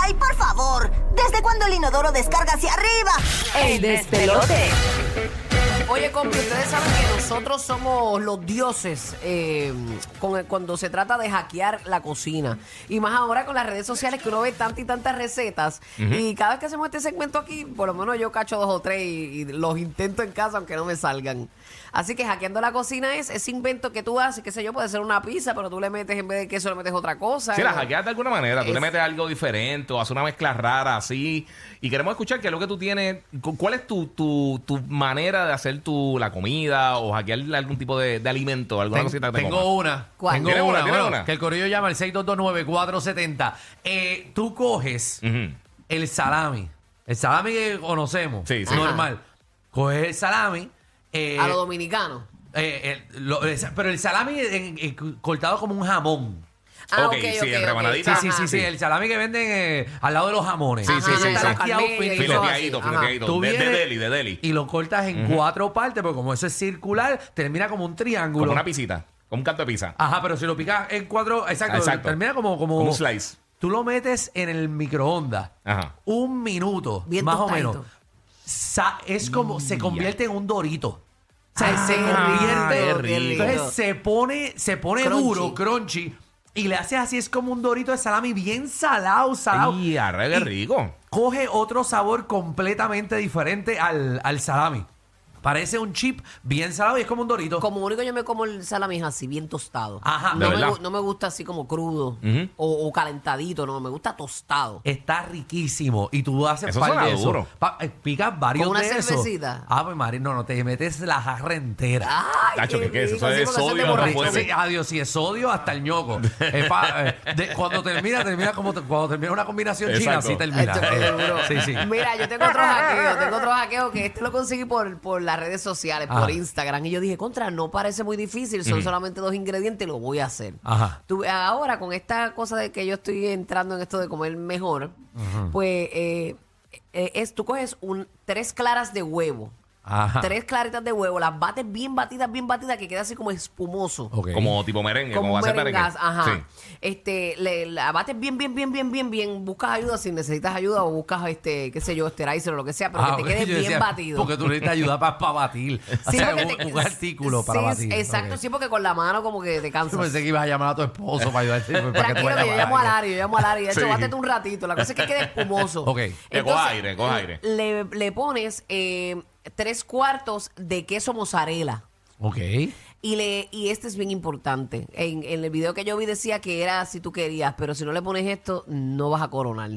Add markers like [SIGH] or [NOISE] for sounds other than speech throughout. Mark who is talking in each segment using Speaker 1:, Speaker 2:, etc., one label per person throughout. Speaker 1: ¡Ay, por favor! ¿Desde cuándo el inodoro descarga hacia arriba?
Speaker 2: El despelote.
Speaker 3: Oye, compi, ustedes saben que nosotros somos los dioses eh, con- cuando se trata de hackear la cocina. Y más ahora con las redes sociales que uno ve tantas y tantas recetas. Y cada vez que hacemos este segmento aquí, por lo menos yo cacho dos o tres y, y los intento en casa aunque no me salgan. Así que hackeando la cocina es ese invento que tú haces, qué sé yo, puede ser una pizza, pero tú le metes en vez de queso, le metes otra cosa. eh,
Speaker 4: Sí,
Speaker 3: ¿no?
Speaker 4: la hackeas de alguna manera. Tú
Speaker 3: Es-
Speaker 4: le metes algo diferente o haces una mezcla rara así. Y queremos escuchar qué es lo que tú tienes. cu- ¿Cuál es tu, tu, tu manera de hacer tu, la comida o hackear algún tipo de, de alimento? Alguna
Speaker 5: Ten-
Speaker 4: cosita que te
Speaker 5: tengo
Speaker 4: comas?
Speaker 5: una.
Speaker 3: ¿Cuál?
Speaker 5: Tengo
Speaker 4: ¿Tienes
Speaker 5: una,
Speaker 4: una? ¿Tienes
Speaker 5: mano,
Speaker 4: una?
Speaker 5: Que el corillo llama el 6229470. Eh, tú coges
Speaker 4: Ujú.
Speaker 5: el salami. El salami que conocemos.
Speaker 4: Sí, sí.
Speaker 5: Normal. Coges el salami. eh,
Speaker 3: A los dominicanos.
Speaker 5: eh, el- lo- el sa- pero el salami en- en- cortado como un jamón.
Speaker 4: Ok, sí, en
Speaker 3: Ah, ok, ok.
Speaker 4: rebanadita.
Speaker 5: Sí, sí, sí,
Speaker 3: Ajá.
Speaker 5: sí,
Speaker 4: sí.
Speaker 5: El salami que venden eh, al lado de los jamones.
Speaker 3: Sí, sí,
Speaker 5: Ese
Speaker 3: sí,
Speaker 5: está
Speaker 3: sí.
Speaker 5: laqueado
Speaker 3: Carmelo y
Speaker 5: finito.
Speaker 3: todo así.
Speaker 4: Fileteadito,
Speaker 3: Ajá.
Speaker 4: fileteadito.
Speaker 5: Tú
Speaker 4: De, de
Speaker 5: vienes
Speaker 4: deli, de deli.
Speaker 5: Y lo cortas en cuatro partes, porque como eso es circular, termina como un triángulo.
Speaker 4: Como una pisita. Como un canto de pizza.
Speaker 5: Ajá, pero si lo picas en cuatro, exacto,
Speaker 4: Exacto.
Speaker 5: termina como, como,
Speaker 4: Como un slice.
Speaker 5: Tú lo metes en el microondas.
Speaker 4: Ajá.
Speaker 5: Un minuto,
Speaker 3: Bien
Speaker 5: más
Speaker 3: tostadito.
Speaker 5: o menos. Sa- es
Speaker 4: Mm,
Speaker 5: como, se convierte en un dorito. O sea,
Speaker 3: Ah,
Speaker 5: se
Speaker 3: qué
Speaker 5: convierte.
Speaker 3: rico, qué rico.
Speaker 5: Entonces se pone, se pone
Speaker 3: Crunchy.
Speaker 5: duro, crunchy. Y le haces así, es como un dorito de salami bien salado, salado.
Speaker 4: Y arre, qué
Speaker 5: Y
Speaker 4: rico.
Speaker 5: Coge otro sabor completamente diferente al, al salami. Parece un chip bien salado y es como un dorito.
Speaker 3: Como único yo me como el salami es así, bien tostado.
Speaker 5: Ajá,
Speaker 3: no,
Speaker 4: de
Speaker 3: me,
Speaker 4: verdad.
Speaker 3: gu- no me gusta así como crudo
Speaker 4: Ujú. Eh,
Speaker 3: o, o calentadito, no, me gusta tostado.
Speaker 5: Está riquísimo. Y tú haces
Speaker 4: Eso
Speaker 5: par
Speaker 4: suena
Speaker 5: de eso.
Speaker 4: duro.
Speaker 5: Pa- eh, picas varios
Speaker 3: ¿Con una
Speaker 5: de esos.
Speaker 3: cervecita?
Speaker 5: Ah, pues Mari, no, no, te metes la jarra entera.
Speaker 3: Ay,
Speaker 4: Tacho, ¿qué- qué es eso?
Speaker 3: rico,
Speaker 4: Eso es
Speaker 3: sí, porque
Speaker 4: sodio,
Speaker 3: de
Speaker 4: no
Speaker 3: borracho.
Speaker 4: puede
Speaker 5: Sí,
Speaker 4: ser.
Speaker 5: adiós, si es sodio, hasta el ñoco. Es pa- eh, de- cuando termina, termina como te- cuando termina una combinación china,
Speaker 4: Exacto.
Speaker 5: así termina.
Speaker 3: Esto es
Speaker 5: Eh,
Speaker 3: duro.
Speaker 5: sí, sí.
Speaker 3: Mira, yo tengo otro hackeo, tengo otro hackeo que este lo conseguí por, por las redes sociales, por
Speaker 5: Ajá.
Speaker 3: Instagram. Y yo dije, contra, no parece muy difícil, son solamente dos ingredientes, lo voy a hacer.
Speaker 5: Ajá.
Speaker 3: Tú- ahora, con esta cosa de que yo estoy entrando en esto de comer mejor, pues eh, eh, es, tú coges un, tres claras de huevo.
Speaker 5: Ajá.
Speaker 3: Tres claritas de huevo, las bates bien batidas, bien batidas, que queda así como espumoso
Speaker 5: Ok.
Speaker 4: Como tipo merengue. Como,
Speaker 3: como
Speaker 4: va a ser merengue.
Speaker 3: merengas, ajá.
Speaker 4: Sí.
Speaker 3: Este, le, la bates bien, bien, bien, bien, bien, bien. Buscas ayuda si necesitas ayuda o buscas, este, qué sé yo, esterizer o lo que sea, pero
Speaker 5: Ah,
Speaker 3: que
Speaker 5: ok,
Speaker 3: te quede
Speaker 5: yo
Speaker 3: bien
Speaker 5: decía,
Speaker 3: batido.
Speaker 5: Porque tú necesitas ayuda para batir.
Speaker 3: Sí,
Speaker 5: o sea,
Speaker 3: porque
Speaker 5: un,
Speaker 3: te-
Speaker 5: un artículo para
Speaker 3: sí,
Speaker 5: batir.
Speaker 3: Exacto,
Speaker 5: Ok.
Speaker 3: sí, porque con la mano como que te
Speaker 5: Yo
Speaker 3: cansas.
Speaker 5: pensé que ibas a llamar a tu esposo para ayudarte. para que tú
Speaker 3: Tranquilo,
Speaker 5: vayas
Speaker 3: que yo
Speaker 5: a
Speaker 3: llamo a
Speaker 5: batir.
Speaker 3: Lario, yo llamo a Lario. Ya
Speaker 4: Sí.
Speaker 3: hecho, bátete un ratito. La cosa es que quede espumoso.
Speaker 5: [LAUGHS] Ok.
Speaker 4: Que coja aire, coja aire.
Speaker 3: Le, le pones eh, tres cuartos de queso mozzarella.
Speaker 5: Ok.
Speaker 3: Y, le, y este es bien importante. En, en el video que yo vi decía que era si tú querías, pero si no le pones esto, no vas a coronar.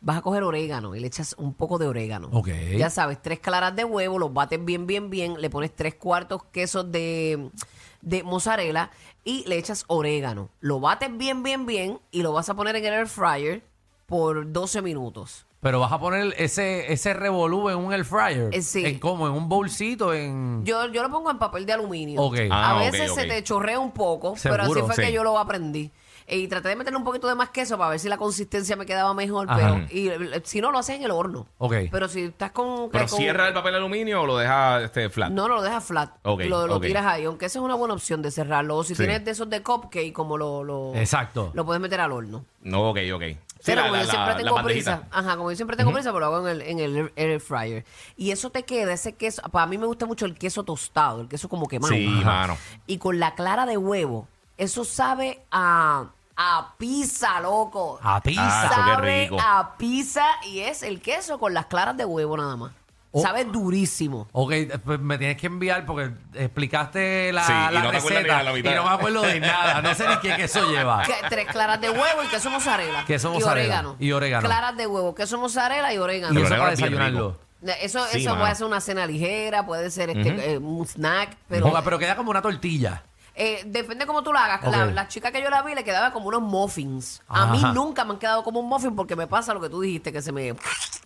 Speaker 3: Vas a coger orégano y le echas un poco de orégano.
Speaker 5: Ok.
Speaker 3: Ya sabes, tres claras de huevo, los bates bien, bien, bien. Le pones tres cuartos quesos de, de mozzarella y le echas orégano. Lo bates bien, bien, bien y lo vas a poner en el air fryer por 12 minutos.
Speaker 5: Pero vas a poner ese, ese revolú en un air fryer.
Speaker 3: Eh, sí.
Speaker 5: ¿En cómo? ¿En un bolsito? En...
Speaker 3: Yo, yo lo pongo en papel de aluminio.
Speaker 5: Ok.
Speaker 4: Ah,
Speaker 3: a
Speaker 4: ok,
Speaker 3: veces
Speaker 4: ok.
Speaker 3: se te chorrea un poco, pero
Speaker 5: Seguro,
Speaker 3: así fue que
Speaker 4: sí.
Speaker 3: yo lo aprendí. Y traté de meterle un poquito de más queso para ver si la consistencia me quedaba mejor,
Speaker 5: Ajá.
Speaker 3: pero y, eh, si no, lo haces en el horno.
Speaker 5: Ok.
Speaker 3: Pero si estás con...
Speaker 4: Pero
Speaker 3: con-
Speaker 4: cierra el papel aluminio o lo deja este flat.
Speaker 3: No, no, lo dejas flat.
Speaker 4: Ok,
Speaker 3: lo lo
Speaker 4: ok.
Speaker 3: tiras ahí, aunque esa es una buena opción de cerrarlo. O si
Speaker 4: Sí.
Speaker 3: tienes de esos de cupcake, como lo, lo...
Speaker 5: Exacto.
Speaker 3: Lo puedes meter al horno.
Speaker 4: No, ok, ok. Sí,
Speaker 3: Pero
Speaker 4: la-
Speaker 3: como
Speaker 4: la-
Speaker 3: yo
Speaker 4: la-
Speaker 3: siempre
Speaker 4: la
Speaker 3: tengo
Speaker 4: bandejita.
Speaker 3: prisa, ajá, como yo siempre tengo prisa, pero lo hago en el, en el air fryer. Y eso te queda, ese queso, para mí me gusta mucho el queso tostado, el queso como quemado.
Speaker 4: Sí,
Speaker 3: Ajá.
Speaker 4: mano.
Speaker 3: Y con la clara de huevo, eso sabe a, a pizza, loco.
Speaker 5: A pizza.
Speaker 4: Ah, eso qué
Speaker 3: sabe
Speaker 4: rico.
Speaker 3: a pizza y es el queso con las claras de huevo nada más.
Speaker 5: Oh.
Speaker 3: Sabe durísimo.
Speaker 5: Ok, pues me tienes que enviar porque explicaste la,
Speaker 4: Sí, y
Speaker 5: la
Speaker 4: no te acuerdas ni
Speaker 5: receta
Speaker 4: de la mitad.
Speaker 5: y no me acuerdo de nada. No sé ni
Speaker 3: [LAUGHS]
Speaker 5: qué queso
Speaker 4: Ah.
Speaker 5: lleva.
Speaker 3: Que- tres claras de huevo y queso mozzarella.
Speaker 5: Queso
Speaker 3: y
Speaker 5: mozzarella
Speaker 3: orégano.
Speaker 5: y orégano.
Speaker 3: Claras de huevo, queso mozzarella y
Speaker 5: Y
Speaker 3: orégano.
Speaker 4: Pero
Speaker 5: eso
Speaker 4: orégano
Speaker 5: para
Speaker 4: es bien
Speaker 5: desayunarlo.
Speaker 4: rico.
Speaker 3: Eso,
Speaker 4: Sí,
Speaker 3: eso
Speaker 4: mano.
Speaker 3: puede ser una cena ligera, puede ser este, eh, un snack, pero
Speaker 5: Oiga, pero queda como una tortilla.
Speaker 3: Eh, depende cómo tú lo hagas. La,
Speaker 5: Ok.
Speaker 3: la chica que yo la vi le quedaba como unos muffins. A
Speaker 5: Ajá.
Speaker 3: mí nunca me han quedado como un muffin porque me pasa lo que tú dijiste, que se me...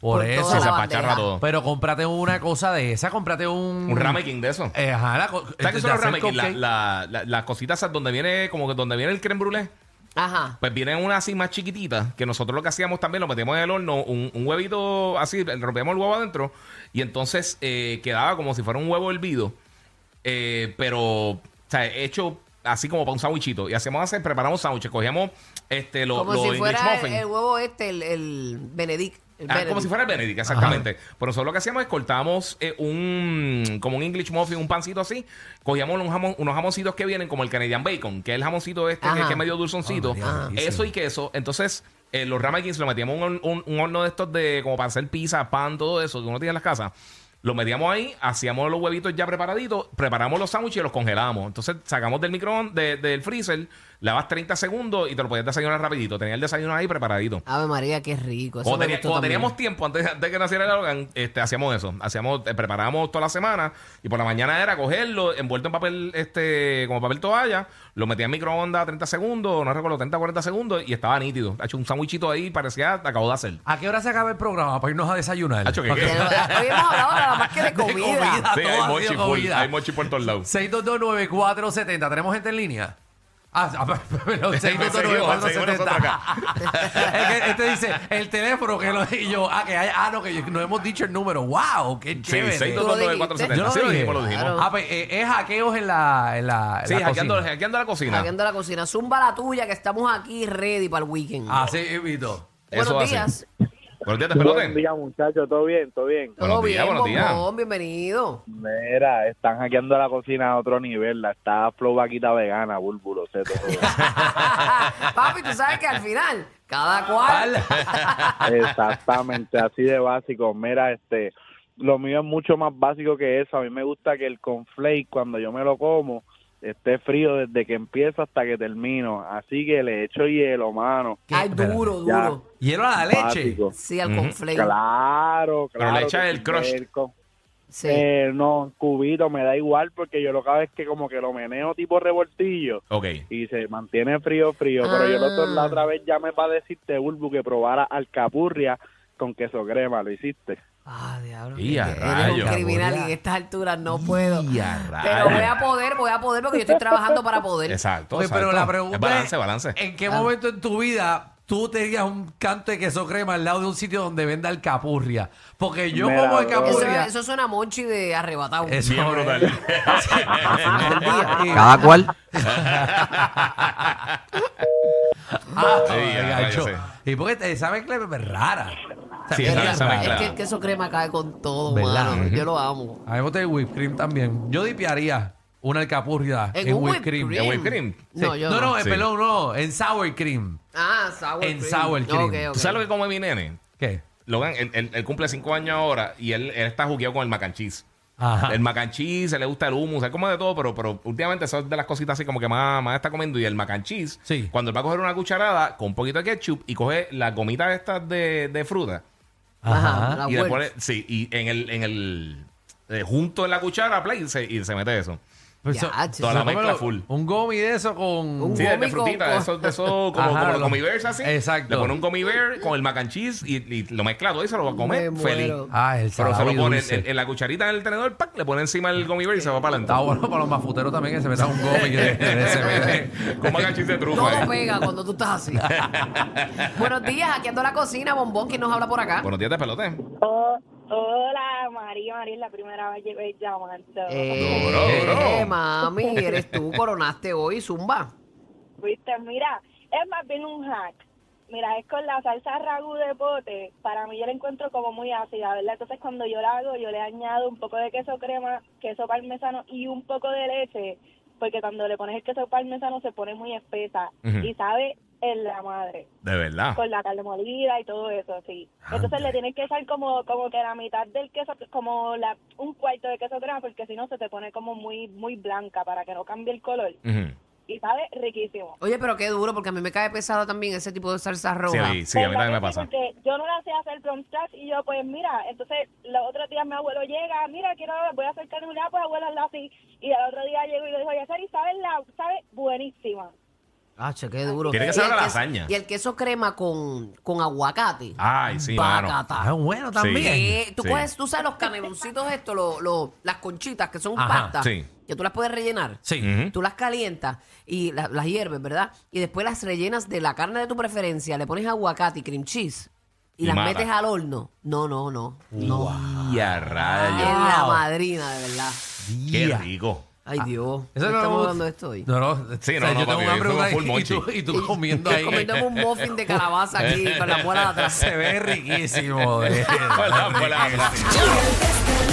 Speaker 5: Por eso.
Speaker 3: toda
Speaker 4: se
Speaker 3: la
Speaker 4: apacharra
Speaker 3: bandeja.
Speaker 4: todo.
Speaker 5: Pero cómprate una cosa de esa, cómprate un.
Speaker 3: Mm.
Speaker 4: Un ramekin de eso.
Speaker 5: Eh, ajá, la co-
Speaker 4: ¿Sabes qué
Speaker 5: de
Speaker 4: son los
Speaker 5: hacer
Speaker 4: ramekin? La-
Speaker 5: cupcake.
Speaker 4: la- la- las cositas esas donde viene, como que donde viene el creme brûlée.
Speaker 3: Ajá.
Speaker 4: Pues vienen unas así más chiquititas, que nosotros lo que hacíamos también, lo metíamos en el horno, un, un huevito así, le rompíamos el huevo adentro, y entonces eh, quedaba como si fuera un huevo hervido, eh, pero o sea, hecho así como para un sándwichito. Y hacíamos hacer, preparamos sándwiches, cogíamos este, los,
Speaker 3: como
Speaker 4: los
Speaker 3: si
Speaker 4: English
Speaker 3: fuera el,
Speaker 4: muffins.
Speaker 3: el huevo este, el, el Benedict. el
Speaker 4: Ah,
Speaker 3: Eh, Benedict.
Speaker 4: como si fuera el Benedict, exactamente. Pero nosotros lo que hacíamos es cortábamos eh, un como un English muffin, un pancito así, cogíamos un jamón- unos jamoncitos que vienen, como el Canadian Bacon, que es el jamoncito este que,
Speaker 3: Ajá. Oh,
Speaker 4: que es medio dulzoncito.
Speaker 5: Ah, María,
Speaker 4: Ajá.
Speaker 5: buenísimo.
Speaker 4: Eso y queso. Entonces, eh, los ramekins lo metíamos en un, un- un horno de estos de como para hacer pizza, pan, todo eso, que uno tiene en las casas. Lo metíamos ahí, hacíamos los huevitos ya preparaditos, preparamos los sándwiches y los congelábamos. Entonces sacamos del microondas, de- del freezer, lavas 30 segundos y te lo podías desayunar rapidito. Tenía el desayuno ahí preparadito.
Speaker 3: Ave María, qué rico. Eso
Speaker 4: Cuando,
Speaker 3: me
Speaker 4: tenía-
Speaker 3: gustó
Speaker 4: cuando
Speaker 3: también.
Speaker 4: teníamos tiempo antes, antes que naciera Logan, este, hacíamos eso. Hacíamos, eh, preparábamos toda la semana y por la mañana era cogerlo envuelto en papel, este, como papel toalla, lo metía en microondas 30 segundos, no recuerdo, 30, 40 segundos y estaba nítido. Ha hecho un sándwichito ahí, parecía, acabó de hacer.
Speaker 5: ¿A qué hora se acaba el programa para irnos a desayunar?
Speaker 4: Hacho, que-
Speaker 5: Para
Speaker 3: Pero, Hoy hemos hablado nada más
Speaker 4: [LAUGHS]
Speaker 3: que de comida.
Speaker 5: comida.
Speaker 4: Sí,
Speaker 5: todo
Speaker 4: hay
Speaker 5: ha
Speaker 4: mochi,
Speaker 5: sido
Speaker 4: full,
Speaker 5: comida.
Speaker 4: hay mochi por todos lados.
Speaker 5: 6229470. ¿Tenemos gente en línea? Ah, ah,
Speaker 4: [LAUGHS]
Speaker 5: [LAUGHS] perdón,
Speaker 4: Seguimos nosotros
Speaker 5: 6229470.
Speaker 4: acá.
Speaker 5: [LAUGHS] Es que este dice el teléfono que lo y yo. Ah, que hay, ah, no, que yo- no hemos dicho el número. ¡Wow! ¡Qué
Speaker 4: Sí,
Speaker 5: chévere!
Speaker 3: dos-
Speaker 4: 6229470. Sí, lo dijimos, lo dijimos.
Speaker 3: Claro.
Speaker 5: Ah, pues eh, es hackeos en la. En la en
Speaker 4: Sí,
Speaker 5: la
Speaker 4: hackeando,
Speaker 5: cocina.
Speaker 4: hackeando la cocina.
Speaker 3: Hackeando la cocina. Zumba la tuya, que estamos aquí ready para el weekend.
Speaker 5: Ah, sí, Vito.
Speaker 4: Eso
Speaker 3: Buenos
Speaker 4: hace.
Speaker 3: días.
Speaker 4: Buenos días,
Speaker 6: Buen
Speaker 4: despelote.
Speaker 6: día, muchachos. ¿Todo bien? ¿Todo bien?
Speaker 3: Todo
Speaker 4: Buenos días,
Speaker 3: bien,
Speaker 4: buenos días.
Speaker 3: bombón,
Speaker 4: [LAUGHS]
Speaker 3: bienvenido.
Speaker 6: Mira, están hackeando la cocina a otro nivel. La está Flow Vaquita Vegana, Búlbulo, sé
Speaker 4: [LAUGHS]
Speaker 6: todo.
Speaker 3: Papi, tú sabes que al final, cada cual.
Speaker 6: Exactamente, así de básico. Mira, este, lo mío es mucho más básico que eso. A mí me gusta que el conflake, cuando yo me lo como, esté frío desde que empiezo hasta que termino. Así que le echo hielo, mano.
Speaker 3: [LAUGHS] Ay,
Speaker 5: Espérate.
Speaker 3: duro,
Speaker 6: Ya.
Speaker 3: duro.
Speaker 5: Hielo a la leche.
Speaker 6: Básico.
Speaker 3: Sí, al
Speaker 4: Ujú.
Speaker 3: conflate.
Speaker 6: Claro, claro.
Speaker 4: Pero le echa
Speaker 6: que
Speaker 4: el
Speaker 6: sí,
Speaker 4: crush.
Speaker 6: el con-
Speaker 3: Sí.
Speaker 6: Eh, no, cubito, me da igual porque yo lo que hago es que como que lo meneo tipo revoltillo.
Speaker 4: Ok.
Speaker 6: y se mantiene frío, frío. Pero yo el otro- la otra vez ya me va a decirte, Urbu, que probara alcapurria con queso crema, lo hiciste.
Speaker 3: Ah, diablo.
Speaker 4: Y a
Speaker 3: eres
Speaker 4: rayos.
Speaker 3: un criminal y en estas alturas no puedo.
Speaker 4: Y a
Speaker 3: Pero voy
Speaker 4: rayos.
Speaker 3: a poder, voy a poder porque yo estoy trabajando para poder.
Speaker 4: Exacto,
Speaker 5: Oye, pero
Speaker 4: exacto.
Speaker 5: la pregunta
Speaker 4: Es balance,
Speaker 5: es,
Speaker 4: balance.
Speaker 5: ¿En qué momento en tu vida tú tenías un canto de queso crema al lado de un sitio donde venda alcapurria? Porque yo
Speaker 6: Mira,
Speaker 5: como
Speaker 6: bro.
Speaker 3: Eso,
Speaker 5: alcapurria...
Speaker 3: eso suena a monchi de arrebatado.
Speaker 5: Eso
Speaker 4: Bien
Speaker 5: es.
Speaker 4: [LAUGHS] brutal.
Speaker 5: Cada [LAUGHS] cual. ah,
Speaker 4: Sí,
Speaker 5: ay,
Speaker 4: ya,
Speaker 5: gacho.
Speaker 4: ya
Speaker 5: Y porque te- esa mezcla es rara. Esa
Speaker 4: Sí,
Speaker 5: mezcla
Speaker 4: esa-
Speaker 5: es
Speaker 4: esa
Speaker 5: rara.
Speaker 4: mezcla.
Speaker 3: Es que el queso crema cae con todo,
Speaker 5: ¿Verdad?
Speaker 3: mano. Yo lo amo.
Speaker 5: A mí me gusta el whipped cream también. Yo dipiaría una alcapurria
Speaker 3: En
Speaker 5: en,
Speaker 3: un
Speaker 5: whipped cream.
Speaker 4: ¿En whipped cream?
Speaker 5: Sí.
Speaker 3: No, yo
Speaker 5: no,
Speaker 3: no.
Speaker 5: en
Speaker 4: Sí.
Speaker 5: pelón no, en sour cream.
Speaker 3: Ah, sour
Speaker 5: En
Speaker 3: cream.
Speaker 5: sour cream.
Speaker 3: Ok, ok.
Speaker 4: ¿Tú sabes lo que come mi nene?
Speaker 5: ¿Qué?
Speaker 4: Logan, él, él- él cumple cinco años ahora y él, él está jugueado con el mac and cheese.
Speaker 5: Ajá.
Speaker 4: El mac and cheese, se le gusta el hummus, él come de todo, pero, pero últimamente eso es de las cositas así como que más, más está comiendo. Y el mac and cheese,
Speaker 5: Sí.
Speaker 4: cuando él va a coger una cucharada con un poquito de ketchup y coge las gomitas estas de, de fruta.
Speaker 3: Ajá.
Speaker 5: Ajá.
Speaker 3: La
Speaker 4: y le pone,
Speaker 3: Welch.
Speaker 4: sí, y en el, en el eh, junto en la cuchara, play, y se, y se mete eso.
Speaker 5: Pues eso-
Speaker 3: Ya, che,
Speaker 4: Toda la
Speaker 3: eso-
Speaker 4: mezcla full.
Speaker 5: Un gomi de eso con...
Speaker 3: Un
Speaker 4: Sí, de, de
Speaker 3: gomi con-
Speaker 4: frutita, de
Speaker 3: con-
Speaker 4: esos, de
Speaker 5: [LAUGHS]
Speaker 4: esos como,
Speaker 5: Ajá,
Speaker 4: como los
Speaker 5: lo-
Speaker 4: gummy bears así.
Speaker 5: Exacto.
Speaker 4: Le pone un gummy bear con el mac and cheese y, y lo mezcla todo y se lo va a comer
Speaker 3: Me
Speaker 4: feliz.
Speaker 3: muero.
Speaker 5: Ah, el
Speaker 4: Pero se
Speaker 5: salado
Speaker 4: lo
Speaker 5: y
Speaker 4: pone
Speaker 5: dulce.
Speaker 4: en, en la cucharita en el tenedor, ¡pac! le pone encima el gummy bear y se va para
Speaker 5: Está
Speaker 4: adelante.
Speaker 5: bueno para los mafuteros también que se metan
Speaker 4: [LAUGHS]
Speaker 5: un gomi que que se mete.
Speaker 4: Con mac and cheese de trufa.
Speaker 3: Todo
Speaker 4: eh.
Speaker 3: pega cuando tú estás
Speaker 4: [LAUGHS]
Speaker 3: así. Buenos días, aquí ando en la cocina, bombón, ¿quién nos habla por acá?
Speaker 4: Buenos días, de pelote.
Speaker 7: Oh, hola, María, María, es la primera vez que me llaman. so.
Speaker 4: Duro,
Speaker 3: eh,
Speaker 4: duro.
Speaker 3: mami, eres tú, coronaste hoy, Zumba.
Speaker 7: Viste, mira, es más bien un hack. Mira, es con la salsa ragú de pote. Para mí yo la encuentro como muy ácida, ¿verdad? Entonces cuando yo la hago, yo le añado un poco de queso crema, queso parmesano y un poco de leche. Porque cuando le pones el queso parmesano se pone muy espesa
Speaker 4: Ujú.
Speaker 7: y sabe en la madre.
Speaker 4: De verdad.
Speaker 7: con la carne molida y todo eso, sí. Entonces le tienes que echar como como que la mitad del queso, como la un cuarto de queso crema, porque si no se te pone como muy muy blanca para que no cambie el color.
Speaker 4: Ujú.
Speaker 7: y sabe riquísimo.
Speaker 3: Oye, pero qué duro, porque a mí me cae pesado también ese tipo de salsa
Speaker 4: Sí,
Speaker 3: roja.
Speaker 4: a mí- sí, a mí también me
Speaker 7: ¿Verdad que sí?
Speaker 4: pasa.
Speaker 7: Porque yo no la sé hacer from scratch y yo, pues mira, entonces los otros días mi abuelo llega, mira, quiero, voy a hacer canulada, pues abuelo hazla así. Y al otro día llego y le digo, oye, Sari, ¿sabes la, sabe buenísima?
Speaker 3: Ah, che, qué duro.
Speaker 4: Tiene que
Speaker 3: Y
Speaker 4: ser
Speaker 3: el
Speaker 4: la
Speaker 3: queso-
Speaker 4: lasaña.
Speaker 3: Y el queso crema con, con aguacate.
Speaker 4: Ay, sí, mano.
Speaker 3: Bacata.
Speaker 5: Ah, bueno también.
Speaker 3: Eh, tú,
Speaker 4: Sí.
Speaker 3: coges- tú sabes los caneloncitos estos, los- los- las conchitas que son
Speaker 5: Ajá,
Speaker 3: pasta,
Speaker 4: sí.
Speaker 3: que tú las puedes rellenar.
Speaker 5: Sí.
Speaker 4: Ujú.
Speaker 3: Tú las calientas y la- las hierves, ¿verdad? Y después las rellenas de la carne de tu preferencia, le pones aguacate y cream cheese y,
Speaker 4: Y
Speaker 3: las
Speaker 4: mata.
Speaker 3: metes al horno. No, no, no. No.
Speaker 4: Y a rayos.
Speaker 3: En la madrina, de verdad.
Speaker 4: Qué
Speaker 5: Día.
Speaker 4: rico.
Speaker 3: Ay, Dios.
Speaker 5: Ah, Eso
Speaker 3: ¿Qué
Speaker 5: no
Speaker 3: estamos
Speaker 5: lo-
Speaker 3: hablando de esto hoy?
Speaker 5: No, no,
Speaker 4: Sí,
Speaker 5: o sea,
Speaker 4: no, no,
Speaker 5: yo tengo
Speaker 4: papi,
Speaker 5: una
Speaker 4: yo
Speaker 5: pregunta
Speaker 4: full
Speaker 5: y, y tú,
Speaker 4: monchi.
Speaker 3: [LAUGHS]
Speaker 5: y tú comiendo ahí. [LAUGHS]
Speaker 3: Comiéndome un muffin de calabaza aquí con la muela de atrás.
Speaker 4: [LAUGHS]
Speaker 5: Se ve riquísimo. de verdad.
Speaker 4: Hola, hola, hola.
Speaker 2: El despelote.